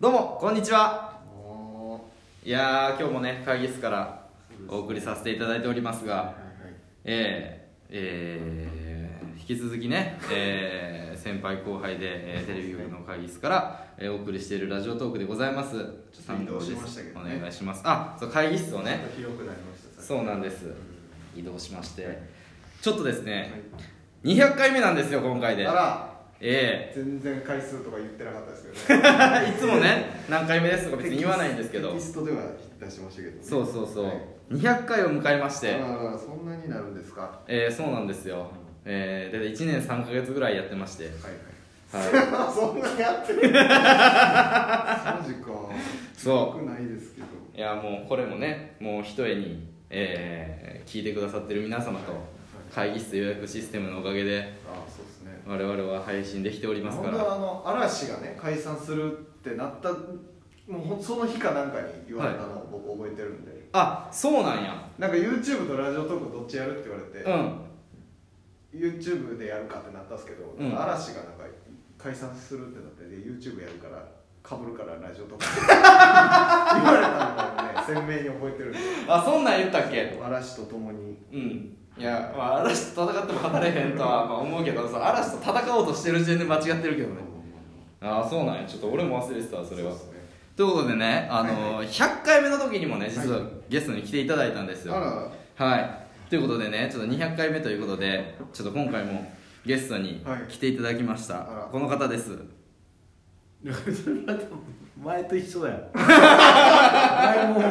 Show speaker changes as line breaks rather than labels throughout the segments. どうもこんにちはいやー今日もね会議室からお送りさせていただいておりますが、えーえー引き続きね、えー先輩後輩で、えーテレビ局の会議室から、えーお送りしているラジオトークでございますちょっと参考です
移動しましたけどね
お願いしますあそう会議室を
ね
ね
広くなりました
そううなんです移動しまして
はい
ちょっとですね200回目なんですよ今回で
あら
え
全然回数とか言ってなかったですけど ね
えいつもね何回目ですとか別に言わないんですけど
テキストでは出しましたけどね
そうそうそう、
はい
200回を迎えまして、
あらあらそんなになるんですかは
えーそうなんですよ、えー、大体1年3か月ぐらいやってまして、
いはい
はい、
そんなやってるマジか
そう
くないですけど
いやもうこれもねもうひとえに、えー聞いてくださってる皆様と会議室予約システムのおかげで
あそうですね
我々は配信できておりますか
本当
ら
はあの嵐がね解散するってなったもうほんその日かなんかに言われたのを僕覚えてるんで、
あそうなんや
なんか YouTube とラジオトークどっちやるって言われて、
うん
YouTube でやるかってなったんですけど、
うん
嵐がなんか解散するってなってで YouTube やるからかぶるからラジオとか 言われたのをね鮮明に覚えてるんで
あそんなん言ったっけ
嵐と共に
うんいや、まあ、嵐と戦っても勝たれへんとはまあ思うけどそう嵐と戦おうとしてる時点で間違ってるけどねああそうなんやちょっと俺も忘れてたわそれは
うっすね
ということでね、あの100回目の時にもね実は
は
ゲストに来ていただいたんですよ
あらは
はいということでねちょっと200回目ということでちょっと今回もゲストに
はい
来ていただきました、
あら
この方です
前と一緒だよ前も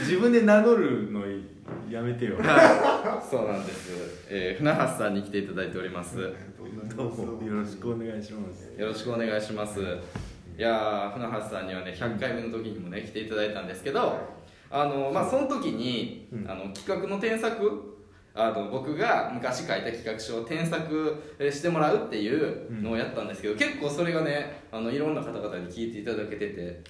自分で名乗るのやめてよ
はいそうなんです、えー船橋さんに来ていただいておりますよ
どうもよろしくお願いします
ろしくお願いしますいやー船橋さんにはね100回目の時にもね来ていただいたんですけどあのまあその時に、
うん
あの企画の添削あの僕が昔書いた企画書を添削えーしてもらうっていうのをやったんですけど、結構それがねあのいろんな方々に聞いていただけてて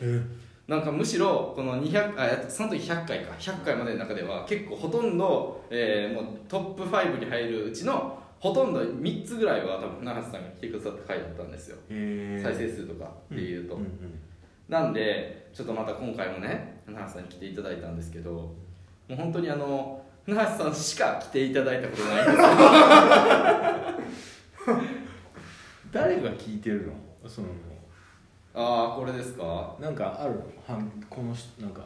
なんかむしろこの200あえっとその時100回か100回までの中では結構ほとんど、えーもうトップ5に入るうちのほとんど3つぐらいは多分船橋さんが来てくださった回だったんですよ、
えー
再生数とかっていうと、
んん
なんでちょっとまた今回もね船橋さんに来ていただいたんですけどもう本当にあの船橋さんしか来ていただいたことないんです よ
誰が聞いてるのその
ああこれですか
なんかあるのはんこの人なんか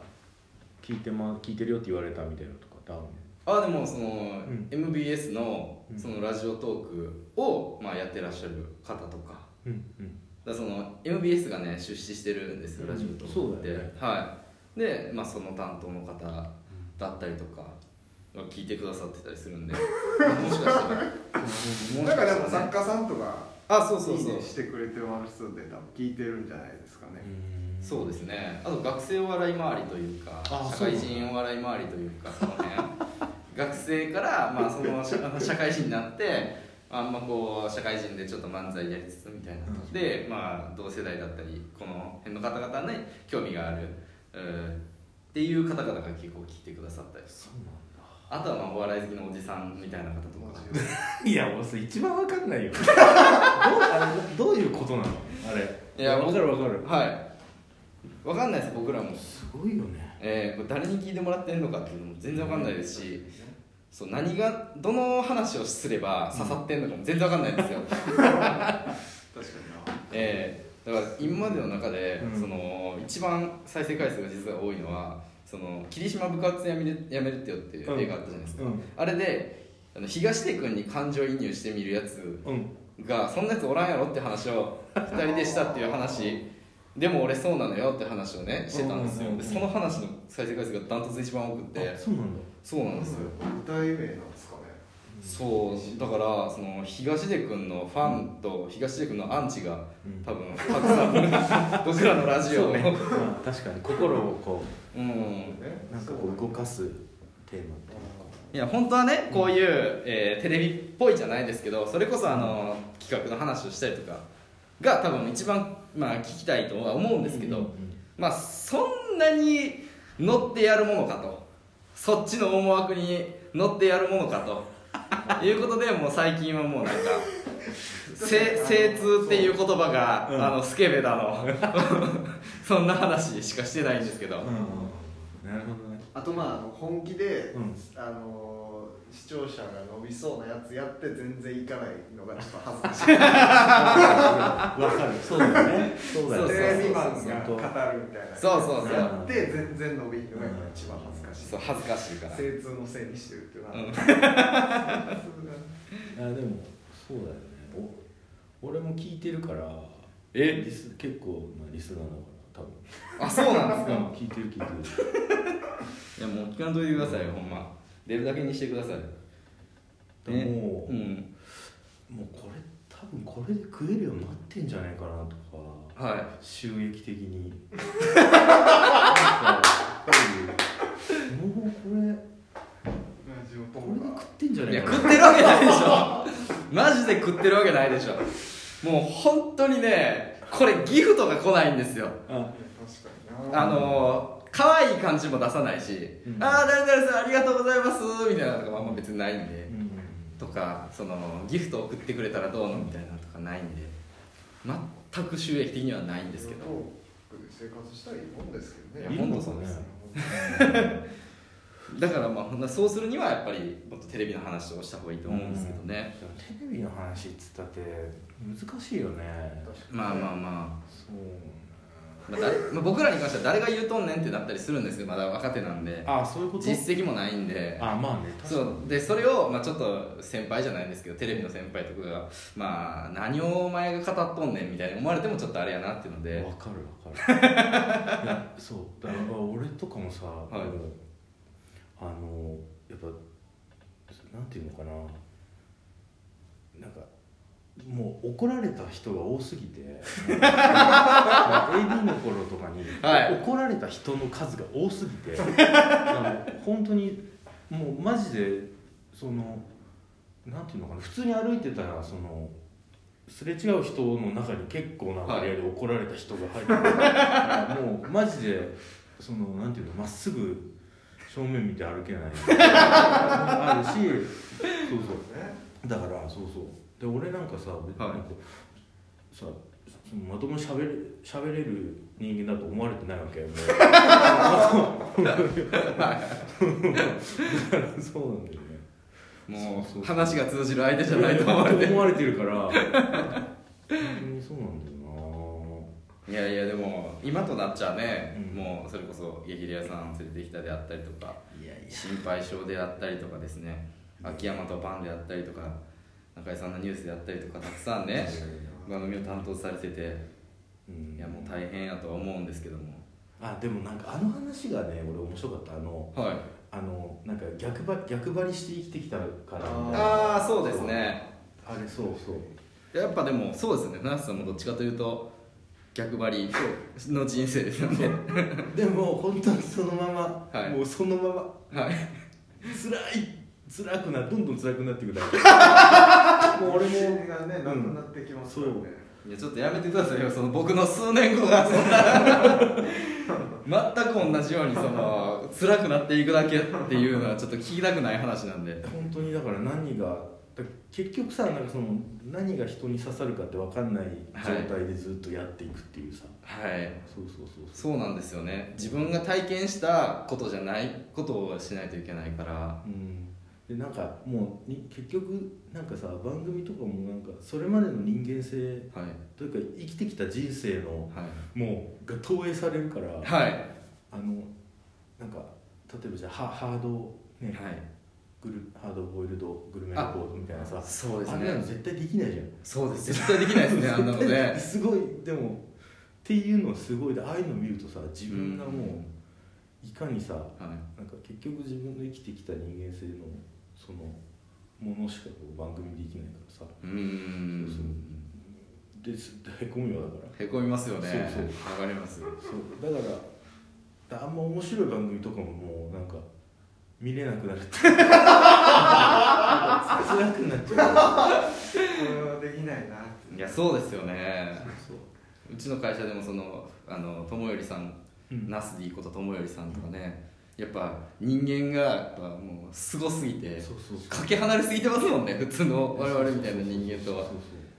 聞いてま聞いてるよって言われたみたいなのとかダウン
ああでもその、
ん
MBS の
うん
そのラジオトークを、まあ、やってらっしゃる方とか
うんうん
だからその MBS がね出資してるんですよラジオトークって、
うんそうだよね
はいで、まあ、その担当の方だったりとかが聞いてくださってたりするん でもしかしたらもしかし
だか
たら
らで
ね
も作家さんとか
あそうそう
いい
そう
ねしてくれてますんで多分聞いてるんじゃないですかね、
そうですねあと学生お笑い回りというか
あ
社会人お笑い回りというかその 辺学生から、まあ、その社社会人になってあんまこう社会人でちょっと漫才やりつつみたいな、
うん
で、まあ、同世代だったりこの辺の方々に興味がある、うんっていう方々が結構聞いてくださったり
そうな
あとはまあお笑い好きのおじさんみたいな方とか
んだいや俺それ一番わかんない よどうあれどういうことなのあれ
いや
わかるわかる
はいわかんないです僕らも、
すごいよね
えーこれ誰に聞いてもらってんのかっていうのも全然わかんないですし、そう何がどの話をすれば刺さってんのかも全然わかんないんですよ、
確か
ええだから今までの中で、
うん
その一番再生回数が実は多いのはその霧島部活やめるやめるってよっていう映画あったじゃないですか、
うん
あれであの東出君に感情移入してみるやつ
うん
がそんなやつおらんやろって話を2人でしたっていう話でも俺そうなのよって話をねしてたんですよ、
うんうんうん
でその話の再生回数がダントツ一番多くて
あそうなんだ
そうなん
にな
ですよ
歌名なんですかね
そうだからその東出君のファンと東出君のアンチが
うん
多分たく さん僕らのラジオを
そうね、まあ、確かに心をこ
うん
ね
うなんかこう動かすテーマみたい
いや本当はねこういう、えーテレビっぽいじゃないですけどそれこそあの企画の話をしたりとかが多分一番、まあ、聞きたいとは思うんですけど、
うんうん
まあそんなに乗ってやるものかとそっち の思惑に乗ってやるものかということでもう最近はもうなんかせ精通っていう言葉が、
うん
あのスケベだの そんな話しかしてないんですけど、
なるほどね
あとまああの本気で、
うん
あのー視聴者が伸びそうなやつやって全然いかないのがちょっと恥ずかしい
わかるそうだよねそうだよ
そうそ
テ
う
レビ
ね
マンが語るみたいな
そうそうそう
やって全然伸びんのが今一番恥ずかしい、
そう恥ずかしいから
精通のせいにしてるっていうのは、
うん
精通が
あでもそうだよねお俺も聞いてるから
え
リス結構なリスナーだから多分
あそうなんですか
うん聞いてる聞いてる
いやもう聞かんといてくださいよほんま出るだけにしてください
でも
うん
もうこれ多分これで食えるようになってんじゃないかなとか
はい
収益的になんかそういうもうこれ
ラジオポ
これ
ン
で
が
食ってんじゃないい
や
か
食
な
ってるわけないでしょマジで食ってるわけないでしょもう本当にねこれギフトが来ないんですよ
あ
確かにな
あのー、可愛い感じも出さないし「
うん
ああ誰々さんありがとうございます」みたいなのとかもあんま別にないんで
う、ん
とかそのギフト送ってくれたらどうのみたいなのとかないんで全く収益的にはないんですけど
トークで生活したらいいもんですけど
い
ね
や本当そうですだからまあほんなそうするにはやっぱりもっとテレビの話をした方がいいと思うんですけどね、
うんテレビの話っつったって難しいよね
まあまあ
あ
まあ
そう
まあ、誰まあ僕らに関しては誰が言うとんねんってなったりするんですけどまだ若手なんで
あそういうこと
実績もないんで
あまあね確か
そ
に
うでそれを、まあ、ちょっと先輩じゃないんですけどテレビの先輩とかが「まあ何をお前が語っとんねん」みたいに思われてもちょっとあれやなっていうので
わかる わかるいやそうだから俺とかも
い
さ、もうあのやっぱなんていうのかななんかもう怒られた人が多すぎ てもう AD の頃とかに、
はい
怒られた人の数が多すぎ てあの本当にもうマジでそのなんていうのかな普通に歩いてたらそのすれ違う人の中に結構な割合で怒られた人が入ってる、 もうマジでそのなんていうのまっすぐ正面見て 歩けないあるしそうそう
ね
だからそうそうで俺なんかさ、別に
はい
なんかさそのまともにしゃべれしゃべれる人間だと思われてないわけ よもう そうなんだよね
も
そうそうう
話が通じる相手じゃないと思 われて
思われてる から本当にそうなんだよ
いやいやでも今となっちゃね、
うん
もうそれこそ激レアさん連れてきたであったりとか
ないやい
心配性であったりとかですね秋山とバンであったりとか中井さんのニュースであったりとかたくさんね番組を担当されてて
うん
いやもう大変やとは思うんですけども
あでもなんかあの話がね俺面白かったあの
はい
あのなんか逆ば逆張りして生きてきたからみたいな
ああそうですね
あれそうそう
やっぱでもそうですねナスさんもどっちかというと逆張りの人生ですよね
でも本当にそのまま、
はい
もうそのまま
はい
辛い辛くなどんどん辛くなっていく だけもう俺
俺
も
もがねなくなってきますからね、
うんそう
いやちょっとやめてくださいよその僕の数年後がそんな全く同じようにそ の辛くなっていくだけっていうのはちょっと聞きたくない話なんで
本当にだから何がだ結局さなんかその何が人に刺さるかって分かんない状態でずっとやっていくっていうさ、
はい
そうそうそうそう
そうなんですよね自分が体験したことじゃないことをしないといけないから
うんでなんかもうに結局なんかさ番組とかもなんかそれまでの人間性
はい
というか生きてきた人生の
は
もうが投影されるから
いはい
あのなんか例えばじゃあハハードね、
はい
グルハードボイルドグルメレポートみたいなさ
そうです
あんなの
ね
絶対できないじゃん
そうです絶対できない ですねあんなの
絶対
ね
すごいでもっていうのすごいでああいうの見るとさ自分がもう、いかにさ
はい
なんか結局自分の生きてきた人間性のそのものしかこう番組できないからさ
うー
そうんです へこむよだから
へこみますよね
そう
わかります
そうだからだあんま面白い番組とかももうなんか見れなくなるってなんか辛くなっちゃう
これはできないない
やそうですよね
そう
うちの会社でもそのあの友よりさん、
うん
ナスディこと友よりさんとかね、やっぱ人間がやっぱもうすごすぎて
そうそうそう
かけ離れすぎてますもんね普通の我々みたいな人間とは
そうそ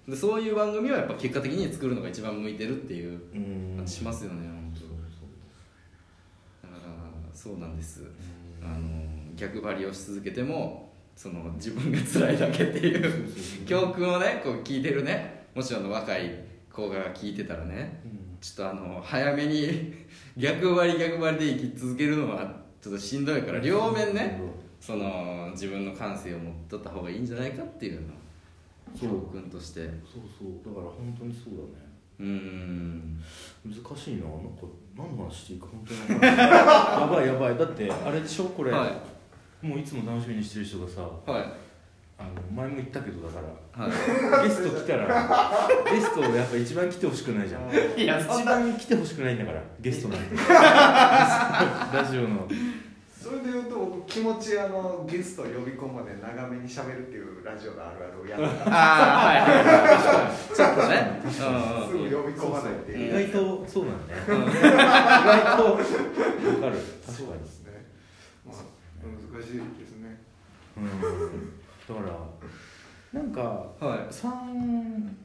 う
でそういう番組はやっぱ結果的に作るのが一番向いてるっていう
うん
感じしますよね本
そうそう
当だからそうなんですあの逆張りをし続けてもその自分が辛いだけってい
そう
う
そうそう
教訓をねこう聞いてるねもしあの若い子が聞いてたらね
うん
ちょっとあの早めに 逆張り逆張りで生き続けるのはちょっとしんどいから両面ねその自分の感性を持っとった方がいいんじゃないかっていうのを
そ
教
う
訓として
そうそうだから本当にそうだね
うーん
難しいななんか何の話していいか本当に分からないやばいやばいだってあれでしょこれ、
は
もういつも楽しみにしてる人がさ
はい
あの前も言ったけどだか
は
らゲスト来たらゲストやっぱ一番来てほし くないじゃん
いいや
一番来てほしくないんだからゲストなんてラジオの
それで言うと僕気持ちあのゲストを呼び込むまで長めに喋るっていうラジオのあるあるをやった
あ あはいちょっとね
らす
う
ぐ
ん
呼
うんうん
び込まないって
うん
い
意
う
外とそうなんだね意外と分かる確
そうで
かに
すねまあ難しいですね
うんだからなんか
はい
さん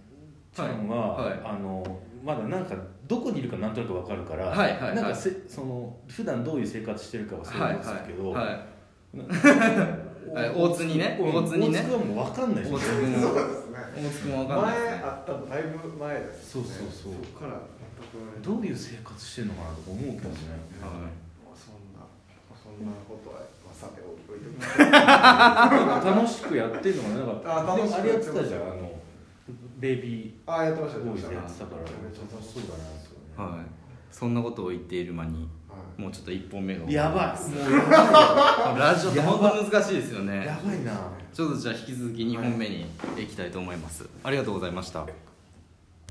ちゃんは、
はいはい
あのまだなんかどこにいるかなんとなくわかるから、
はいはいはい
なんかせその普段どういう生活してるかは想
はい
像つくけど、
はいはい
お
大津にね
うん
大津にね
大津はもうわかんない
大
で
津
しょ
君
そう
も
ですね
大津君も
前
わかんないですね
あったのだいぶ前です、ね、
そうそうそう
そっから全く
どういう生活してるのかなとか思うけど ね
あ
は
まあそんなそんなことは、まあ、さてお いてください
楽しくやってんのかななんか
あ楽しく
でもあれやってたじゃんあのベイビ
ああやってまし
ー
た
ボー
や
イズ
って
や
ま
っ
して
たから
めっちゃ
楽
楽
し
しそ
そ
うう
だ
だ
な
な
はいはいそんなことを言っている間に
たはい
もうちょっと1本目が
やばいもうやば
ラジオって本当に難しいですよ
い
ね
やばいな
ちょっとじゃあ引き続き2本目にいきたいと思います、ありがとうございました